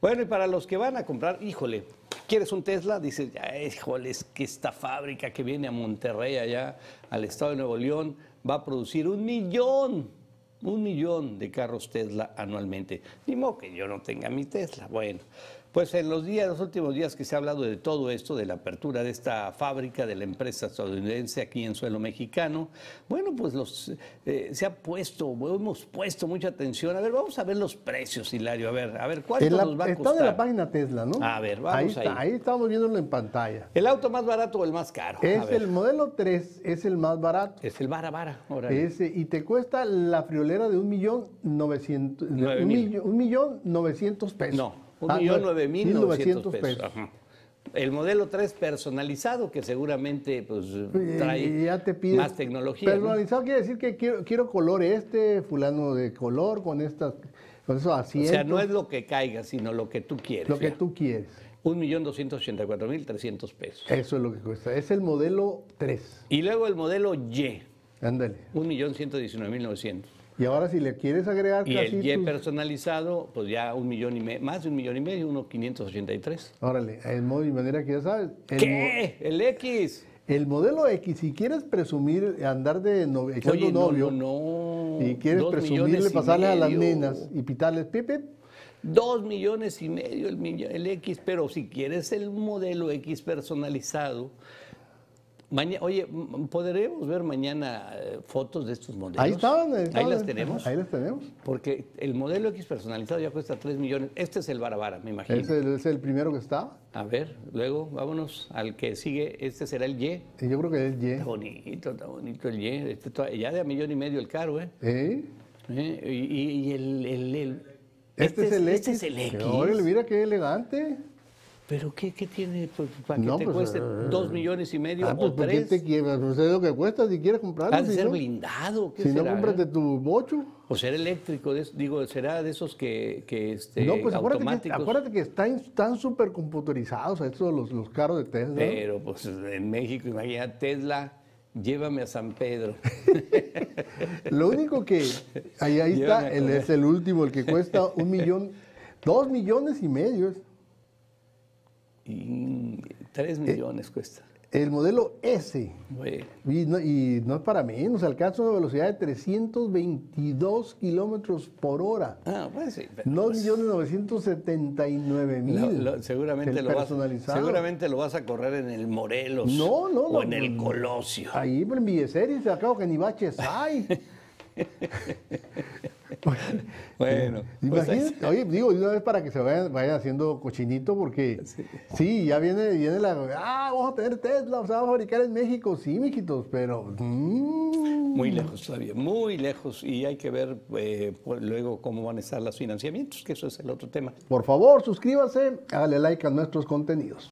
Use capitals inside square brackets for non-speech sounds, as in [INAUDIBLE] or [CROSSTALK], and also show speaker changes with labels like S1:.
S1: Bueno, y para los que van a comprar, híjole, ¿quieres un Tesla? Dices, ya, híjole, es que esta fábrica que viene a Monterrey, allá al estado de Nuevo León, va a producir un millón, un millón de carros Tesla anualmente. Ni modo que yo no tenga mi Tesla. Bueno, pues en los días, los últimos días que se ha hablado de todo esto, de la apertura de esta fábrica de la empresa estadounidense aquí en suelo mexicano, bueno, pues los, eh, se ha puesto, hemos puesto mucha atención. A ver, vamos a ver los precios, Hilario. A ver, a ver, ¿cuánto
S2: En la-
S1: nos va a
S2: está
S1: costar?
S2: de la página Tesla, ¿no?
S1: A ver, vamos
S2: ahí. está-
S1: ahí.
S2: ahí estamos viéndolo en pantalla.
S1: ¿El auto más barato o el más caro? A
S2: Es
S1: ver.
S2: el modelo 3, es el más barato.
S1: Es el vara vara. órale.
S2: Ese, y te cuesta la friolera de un millón novecientos-
S1: Nueve
S2: un
S1: mil.
S2: millón- un millón novecientos pesos.
S1: No,
S2: Ah,
S1: 1.900.900
S2: novecientos
S1: pesos. Ajá. El modelo 3 personalizado, que seguramente pues,
S2: Y-
S1: trae
S2: y Eh, ya te pide
S1: más tecnología. ¿no?
S2: Personalizado quiere decir que quiero, quiero color este, fulano de color, con estas, con esos
S1: O
S2: asientos,
S1: sea, no es lo que caiga, sino lo que tú quieres.
S2: lo que tú quieres.
S1: 1.284.300 pesos.
S2: Eso es lo que cuesta. Es el modelo 3.
S1: Y luego el modelo Y,
S2: Ándale.
S1: 1.119.900.
S2: Y ahora si le quieres agregar
S1: Y el
S2: casi
S1: Y
S2: tus-
S1: personalizado, pues ya un millón y me- más de un millón y medio, 1.583.
S2: Órale, el modo y manera que ya sabes. El, mo-
S1: ¿Qué? El X.
S2: el modelo X, si quieres presumir, andar de no- echando
S1: Oye, no,
S2: novio,
S1: no, no.
S2: y quieres
S1: Dos
S2: presumirle,
S1: millones y
S2: pasarle a las
S1: medio.
S2: nenas y pitarles, pip, pip,
S1: Dos millones y medio el, millo- el X, pero si quieres el modelo X personalizado, maña- oye, m- ¿podremos ver mañana eh, fotos de estos modelos?
S2: ahí estaban.
S1: Ahí
S2: estaban.
S1: las tenemos.
S2: Ahí las tenemos.
S1: Porque el modelo X personalizado ya cuesta 3 millones. Este es el Barabara, me imagino.
S2: Ese es el- es el primero que está.
S1: A ver, luego vámonos al que sigue. Este será el Y.
S2: Y Yo creo que es
S1: Está
S2: Y.
S1: bonito, está bonito el Y. Este to- ya de a millón y medio el caro, ¿eh?
S2: ¿Eh?
S1: ¿Eh? Y, y- y el, el- el-
S2: Este, es el X.
S1: Este es el X.
S2: Órale, mira qué elegante.
S1: ¿Pero qué, qué tiene pues, para que
S2: No,
S1: te
S2: pues,
S1: cueste
S2: eh,
S1: dos millones y medio
S2: Ah, pues,
S1: o
S2: ¿por qué
S1: tres?
S2: te quieres? Pues es lo que cuesta si quieres comprarlo.
S1: ¿Has de
S2: si
S1: ser
S2: no,
S1: blindado? ¿Qué
S2: si no,
S1: será,
S2: cómprate
S1: eh?
S2: tu bocho.
S1: O será eléctrico, de es- digo, será de esos que, que este,
S2: no, pues acuérdate que,
S1: automáticos.
S2: acuérdate que están, están súper computarizados estos los, los carros de Tesla.
S1: Pero pues en México, imagínate, Tesla, llévame a San Pedro.
S2: Lo único que ahí,
S1: Llévame a
S2: ahí está, el-
S1: comer.
S2: es el último, el que
S1: [LAUGHS]
S2: cuesta un millón, dos millones y medio. es.
S1: Y
S2: Eh.
S1: tres millones cuesta.
S2: El modelo S.
S1: Bueno,
S2: Y no, y no es para menos, alcanza una velocidad de 322 kilómetros por hora.
S1: ah, pues sí. pero,
S2: 2
S1: pues,
S2: millones 979
S1: lo-
S2: mil.
S1: lo- seguramente,
S2: El
S1: lo vas,
S2: personalizado.
S1: seguramente lo vas a correr en el Morelos
S2: No, no,
S1: o
S2: no,
S1: en el
S2: no. Ah,
S1: Colosio.
S2: Ahí por en Villaceres, acabo que ni baches
S1: [LAUGHS]
S2: hay.
S1: Bueno, pues, ahí
S2: eh, Imagínate, oye, digo, de una vez para que se vayan, vayan haciendo cochinito, porque sí. ya viene, viene la. Ah, vamos a tener Tesla, o sea, vamos a fabricar en México, sí, mijitos, pero. mm,
S1: Muy lejos todavía, muy lejos. Y hay que ver eh, pues, luego cómo van a estar los financiamientos, que eso es el otro tema.
S2: por favor, suscríbase, dale like a nuestros contenidos.